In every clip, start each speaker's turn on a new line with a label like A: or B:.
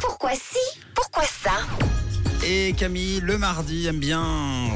A: Pourquoi si Pourquoi ça
B: Et Camille, le mardi, aime bien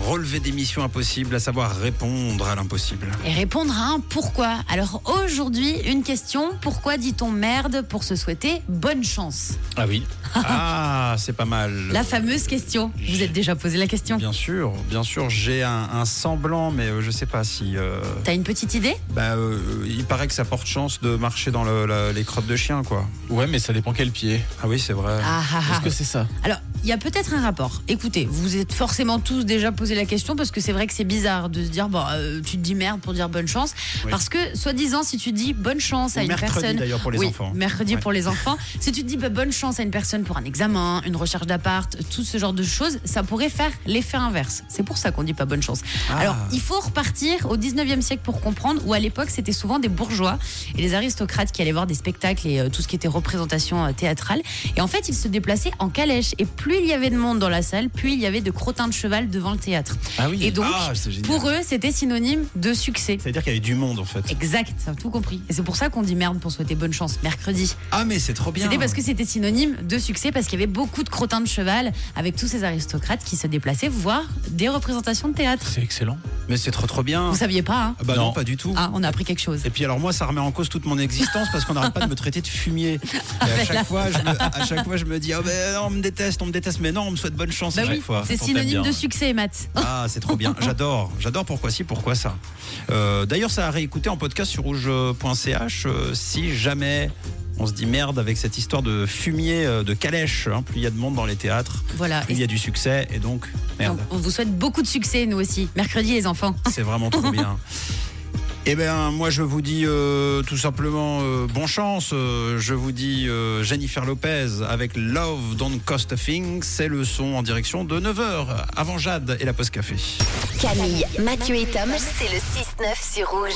B: relever des missions impossibles, à savoir répondre à l'impossible.
C: Et répondre à un pourquoi. Alors aujourd'hui, une question pourquoi dit-on merde pour se souhaiter bonne chance
B: Ah oui. Ah, c'est pas mal.
C: La fameuse question. Vous êtes déjà posé la question
B: Bien sûr, bien sûr, j'ai un, un semblant, mais euh, je sais pas si. euh,
C: T'as une petite idée
B: bah, euh, il paraît que ça porte chance de marcher dans le- la- les crottes de chien, quoi.
D: Ouais, mais ça dépend quel pied.
B: Ah oui, c'est vrai.
C: Ah ah ah.
D: Bah, Est-ce que c'est ça
C: Alors, il y a peut-être un rapport. Écoutez, vous vous êtes forcément tous déjà posé la question parce que c'est vrai que c'est bizarre de se dire bon, euh, tu te dis merde pour dire bonne chance.
B: Oui.
C: Parce que, soi-disant, si tu dis bonne chance
B: Ou
C: à une
B: mercredi,
C: personne.
B: d'ailleurs, pour les
C: Oui,
B: enfants. hein.
C: Mercredi
B: Ouais.
C: pour les enfants. Si tu te dis bah, bonne chance à une personne pour un examen, une recherche d'appart, tout ce genre de choses, ça pourrait faire l'effet inverse. C'est pour ça qu'on dit pas bonne chance.
B: Ah.
C: Alors, il faut repartir au 19e siècle pour comprendre, où à l'époque, c'était souvent des bourgeois et des aristocrates qui allaient voir des spectacles et euh, tout ce qui était représentation euh, théâtrale. Et en fait, ils se déplaçaient en calèche. Et plus il y avait de monde dans la salle, plus il y avait de crottins de cheval devant le théâtre.
D: Ah oui.
C: Et donc,
B: Ah, c'est génial.
C: pour eux, c'était synonyme de succès.
B: C'est-à-dire qu'il y avait du monde, en fait.
C: Exact, t'as tout compris. Et c'est pour ça qu'on dit merde pour souhaiter bonne chance mercredi.
B: Ah, mais c'est trop bien.
C: C'était parce que c'était synonyme de succès, parce qu'il y avait beaucoup de crottins de cheval avec tous ces aristocrates qui se déplaçaient voir des représentations de théâtre.
D: C'est excellent.
B: Mais c'est trop, trop bien.
C: Vous saviez pas, hein
B: Ah bah non.
D: Non.
B: pas du tout.
C: Ah, on a appris quelque chose.
B: Et puis alors moi, ça remet en cause toute mon existence parce qu'on n'arrête pas de me traiter de fumier. Et à, chaque fois, je me, à chaque fois, je me dis, ah ben non, on me déteste, on me déteste, mais non, on me souhaite bonne chance
C: Bah
B: à chaque
C: oui,
B: fois.
C: c'est
D: on
C: synonyme
D: t'aime bien,
C: de
B: hein.
D: ouais.
C: succès, Matt.
B: Ah, c'est trop bien. J'adore. J'adore pourquoi si, pourquoi ça. Euh, D'ailleurs, ça a réécouté en podcast sur rouge.ch euh, si jamais on se dit merde avec cette histoire de fumier euh, de calèche. hein. plus il y a de monde dans les théâtres,
C: Voilà.
B: plus il y a du succès et donc merde.
C: Donc, on vous souhaite beaucoup de succès, nous aussi. Mercredi, les enfants.
B: C'est vraiment trop bien. Eh bien, moi, je vous dis euh, tout simplement euh, bon chance. Euh, je vous dis euh, Jennifer Lopez avec Love Don't Cost a Thing. C'est le son en direction de 9h avant Jade et la pause café.
A: Camille, Mathieu et Tom, c'est le 6-9 sur Rouge.